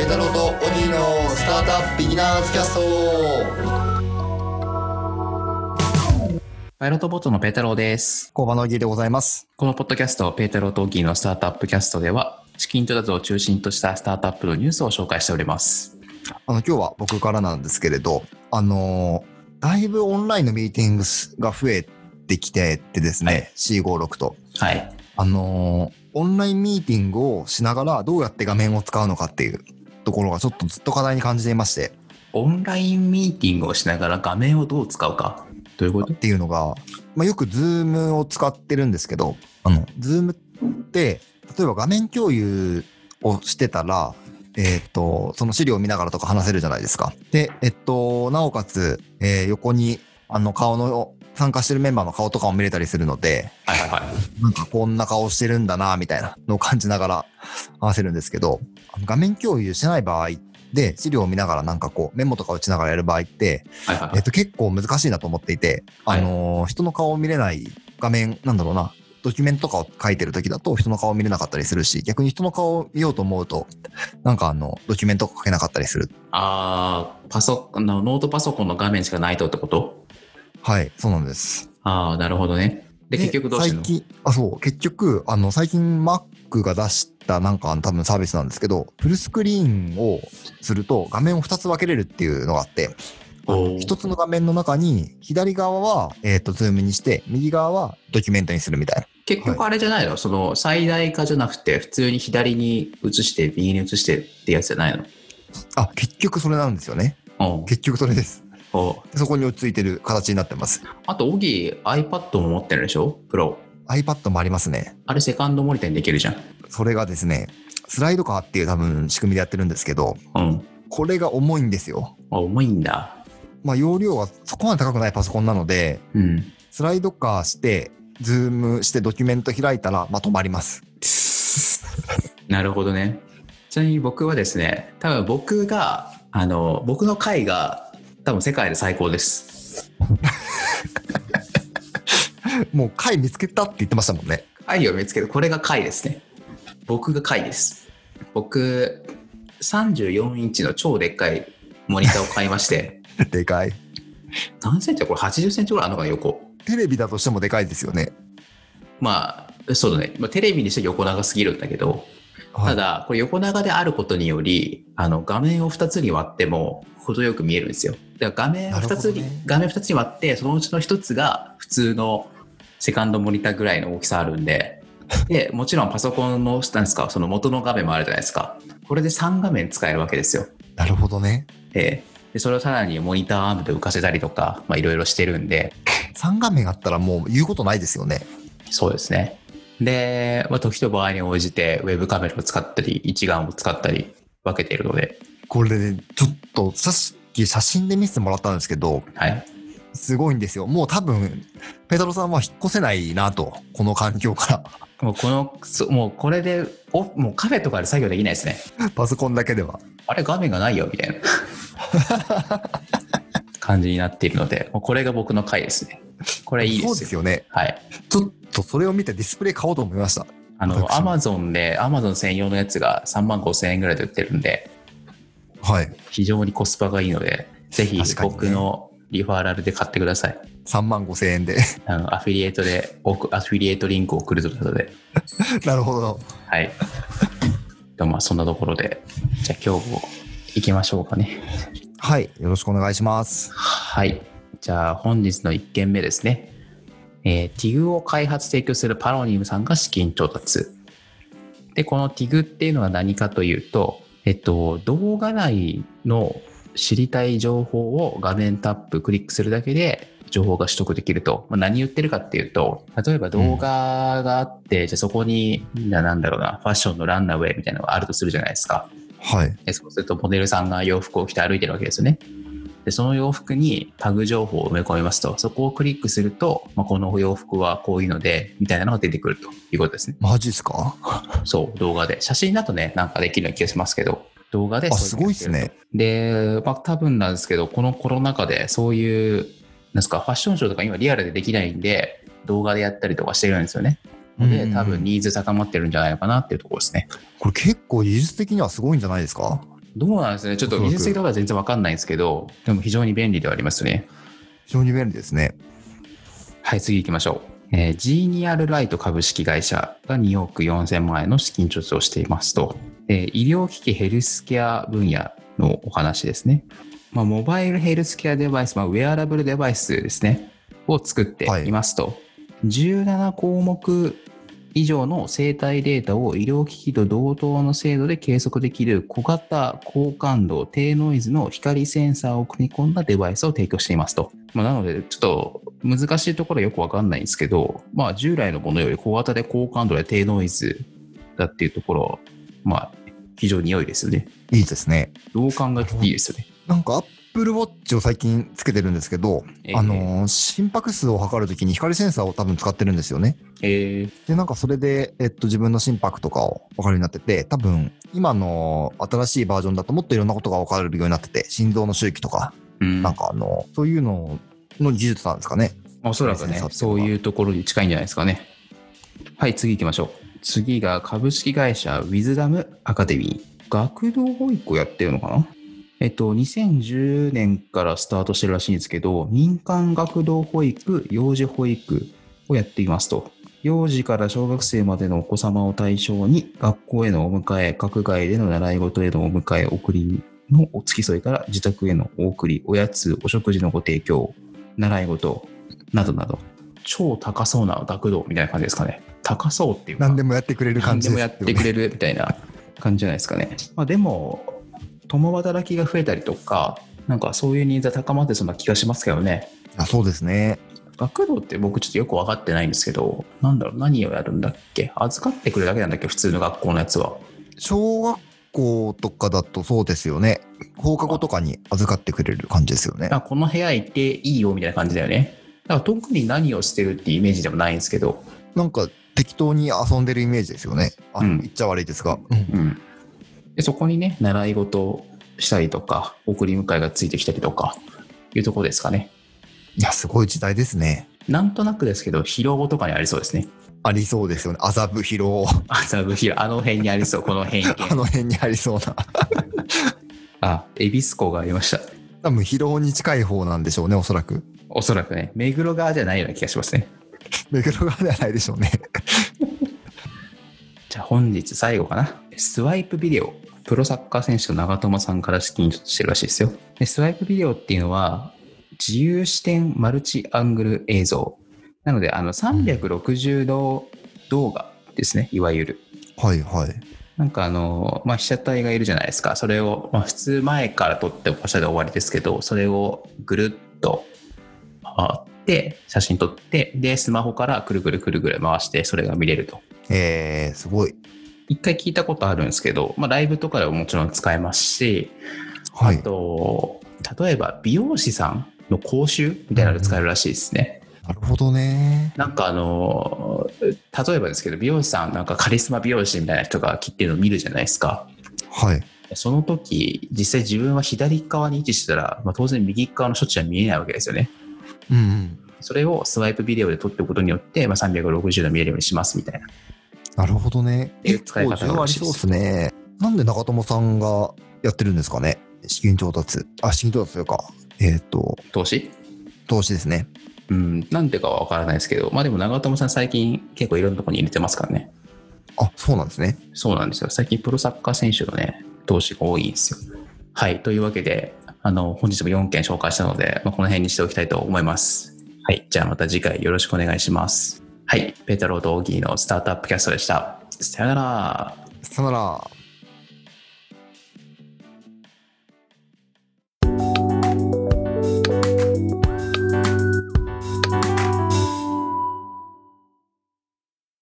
イ太郎とオニーのスタートアップビギナーズキャストパイロットボットのペータローです。工場のギでございます。このポッドキャスト、ペータローとオギーのスタートアップキャストでは、資金調達を中心としたスタートアップのニュースを紹介しております。あの、今日は僕からなんですけれど、あのーだいぶオンラインのミーティングスが増えてきてってですね、はい C56 と。はい。あのーオンラインミーティングをしながらどうやって画面を使うのかっていうところがちょっとずっと課題に感じていまして、オンラインミーティングをしながら画面をどう使うか。どういうことっていうのが、まあ、よく Zoom を使ってるんですけど、あの、Zoom って、例えば画面共有をしてたら、えーっと、その資料を見ながらとか話せるじゃないですか。で、えっと、なおかつ、えー横に、あの、顔の、参加してるメンバーの顔とかも見れたりするので、はいはいはい。なんかこんな顔してるんだな、みたいなのを感じながら話せるんですけど、あの画面共有してない場合で、資料を見ながらなんかこう、メモとか打ちながらやる場合って、はいはいはえっい。と、結構難しいなと思っていて、はいあのー人の顔を見れない画面なんだろうなドキュメントとかを書いてる時だと人の顔を見れなかったりするし逆に人の顔を見ようと思うとなんかあのドキュメントとか書けなかったりするあー、パソコン、のノートパソコンの画面しかないとってことはいそうなんですあー、なるほどね。で、結局どうしてんの最近あそう結局あの最近 Mac が出したなんかあの多分サービスなんですけどフルスクリーンをすると画面を2つ分けれるっていうのがあっておー一つの画面の中に左側は、えっとズームにして右側はドキュメントにするみたいな結局あれじゃないの、その最大化じゃなくて、普通に左に移して、右に移してってやつじゃないのあ、結局それなんですよね。おう結局それです。おうそこに落ち着いてる形になってます。あと、オギー iPad も持ってるでしょプロ。 iPad もありますね。あれセカンドモニターにできるじゃん。それがですね、スライドカーっていう多分仕組みでやってるんですけど、うん。これが重いんですよ。あ、重いんだ。まあ容量はそこまで高くないパソコンなので、うん。スライドカーして、ズームしてドキュメント開いたら、まとまります。なるほどね。ちなみに僕はですね、多分僕が、あの、僕の回が多分世界で最高です。もう回見つけたって言ってましたもんね。回を見つけて、これが回ですね。僕が回です。僕、34インチの超でっかいモニターを買いまして、 でかい。何センチだこれ80センチぐらいあるのかな、横。テレビだとしてもでかいですよね。まあ、そうだね。まあ、テレビにして横長すぎるんだけど、はたい、だ、これ横長であることにより、あの、画面を2つに割っても、程よく見えるんですよ。だから画面を2つなるほどに、ね画面2つに割って、そのうちの1つが普通のセカンドモニターぐらいの大きさあるんで、で、もちろんパソコンの、なんですか、その元の画面もあるじゃないですか。これで3画面使えるわけですよ。なるほどね。ええで、それをさらにモニターアームで浮かせたりとか、まあ、いろいろしてるんで、 3画面あったらもう言うことないですよね。そうですね。で、まあ、時と場合に応じて、ウェブカメラを使ったり、一眼を使ったり、分けているので、これね、ちょっとさっき写真で見せてもらったんですけど、はい。すごいんですよ。もう多分、ペタロさんは引っ越せないなと、この環境かもうこの、そもうこれで、おもうカフェとかで作業できないですね。ら、 パソコンだけでは。あれ画面がないよ、みたいな 感じになっているので、もうこれが僕の回ですね。これいいですそよ。うですよね。はい。ちょっとそれを見てディスプレイ買おうと思いました。あの、私アもマゾンで、アマゾン専用のやつが3万5千円ぐらいで売ってるんで、はい。非常にコスパがいいので、ぜひ確かにね僕のリファーラルで買ってください。 3万5千円で。 あのアフィリエイトで、送アフィリエイトリンクを送るということで、なるほど。 はい。でもまあ、そんなところで、じゃあ今日も行きましょうかね。はい。よろしくお願いします。はい。じゃあ本日の1件目ですね。えー TIG を開発提供するパロニムさんが資金調達。で、この TIG っていうのは何かというと、えっと、動画内の知りたい情報を画面タップ、クリックするだけで情報が取得できると。まあ、何言ってるかっていうと、例えば動画があって、じゃあそこに、ななんだろうな、ファッションのランナーウェイみたいなのがあるとするじゃないですか。はい。でそうするとモデルさんが洋服を着て歩いてるわけですよね。でその洋服にタグ情報を埋め込みますとそこをクリックすると、まあ、この洋服はこういうのでみたいなのが出てくるということですね。マジっすかそう動画で写真だとねなんかできるような気がしますけど動画であ、そううすごいっすね。で、まあ、多分なんですけど、このコロナ禍でそういう、なんですか、ファッションショーとか今リアルでできないんで、動画でやったりとかしてるんですよね。うで、ん多分ニーズ高まってるんじゃないのかなっていうところですね。これ結構技術的にはすごいんじゃないですかどうなんですね。ちょっと技術的ところは全然わかんないんですけど、でも非常に便利ではありますね。非常に便利ですね。はい、次行きましょう。えージーニアルライト株式会社が2億4000万円の資金調達をしていますと、えー医療機器ヘルスケア分野のお話ですね。まあ、モバイルヘルスケアデバイス、まあ、ウェアラブルデバイスですね、を作っていますと、17項目以上の生体データを医療機器と同等の精度で計測できる小型、高感度、低ノイズの光センサーを組み込んだデバイスを提供していますと。まあ、なので、ちょっと難しいところはよくわかんないんですけど、まあ、従来のものより小型で高感度で低ノイズだっていうところは、まあ、非常に良いですよね。いいですね。どう考えてもいいですよね。なんか Apple Watch を最近つけてるんですけど、えーあのー心拍数を測るときに光センサーを多分使ってるんですよね。えーで、なんかそれで、えっと、自分の心拍とかを分かるようになってて、多分、今の新しいバージョンだともっといろんなことが分かるようになってて、心臓の周期とか、うんなんかあの、そういうのの技術なんですかね。おそらくねセンサーっていうの、がそういうところに近いんじゃないですかね。はい、次行きましょう。次が株式会社ウィズダムアカデミー。学童保育をやってるのかなえっと、2010年からスタートしてるらしいんですけど、民間学童保育、幼児保育をやっていますと。幼児から小学生までのお子様を対象に、学校へのお迎え、学外での習い事へのお迎え、送りのお付き添いから自宅へのお送り、おやつ、お食事のご提供、習い事、などなど、超高そうな学童みたいな感じですかね。高そうっていうか、何でもやってくれる感何じですでもやってくれるみたいな感じじゃないですかね。まあ、でも、共働きが増えたりとか、なんかそういうニーズは高まってそうな気がしますけどね。あそうですね。学童って僕ちょっとよく分かってないんですけど、なんだろう、何をやるんだっけ預かってくれるだけなんだっけ普通の学校のやつは。小学校とかだとそうですよね。放課後とかに預かってくれる感じですよね。あこの部屋行っていいよみたいな感じだよね。だから特に何をしてるってイメージでもないんですけど、なんか適当に遊んでるイメージですよね。あ、うん言っちゃ悪いですが。うん、でそこにね習い事をしたりとか送り迎えがついてきたりとかいうところですかねいや、すごい時代ですね。なんとなくですけど疲労とかにありそうですねありそうですよね。麻布広、麻布疲労あの辺にありそうこの辺あの辺にありそうな。 あ恵比寿港がありました多分広に近い方なんでしょうね、おそらく。おそらくね目黒川じゃないような気がしますね目黒川ではないでしょうね。じゃあ本日最後かな。スワイプビデオ。プロサッカー選手の長友さんから資金してるらしいですよ。でスワイプビデオっていうのは、自由視点マルチアングル映像。なので、あの、360度動画ですね、いわゆる。はいはい。なんかあの、まあ、被写体がいるじゃないですか。それを、まあ、普通前から撮って写で終わりですけど、それをぐるっと回って、写真撮って、で、スマホからくるくるくるくる回して、それが見れると。えー、すごい。一回聞いたことあるんですけど、まあ、ライブとかでももちろん使えますし、はあい。と例えば美容師さんの講習みたいなの使えるらしいですね。なるほどね。なんかあの例えばですけど美容師さんなんかカリスマ美容師みたいな人が切ってるのを見るじゃないですか。はい。その時実際自分は左側に位置してたら、まあ、当然右側の処置は見えないわけですよね。うんうん。それをスワイプビデオで撮っておくことによって、まあ、360度見えるようにしますみたいな。なるほどね。っていう使い方が結構需要ありそうですね。なんで中友さんがやってるんですかね。資金調達。あ、資金調達というか、えっ、と、投資投資ですね。うん、なんてかは分からないですけど、まあでも長友さん最近結構いろんなところに入れてますからね。あ、そうなんですね。そうなんですよ。最近プロサッカー選手のね、投資が多いんですよ。はい。というわけで、あの、本日も4件紹介したので、まあ、この辺にしておきたいと思います。はい。じゃあまた次回よろしくお願いします。はい。ペータローとオギーのスタートアップキャストでした。さよなら。さよなら。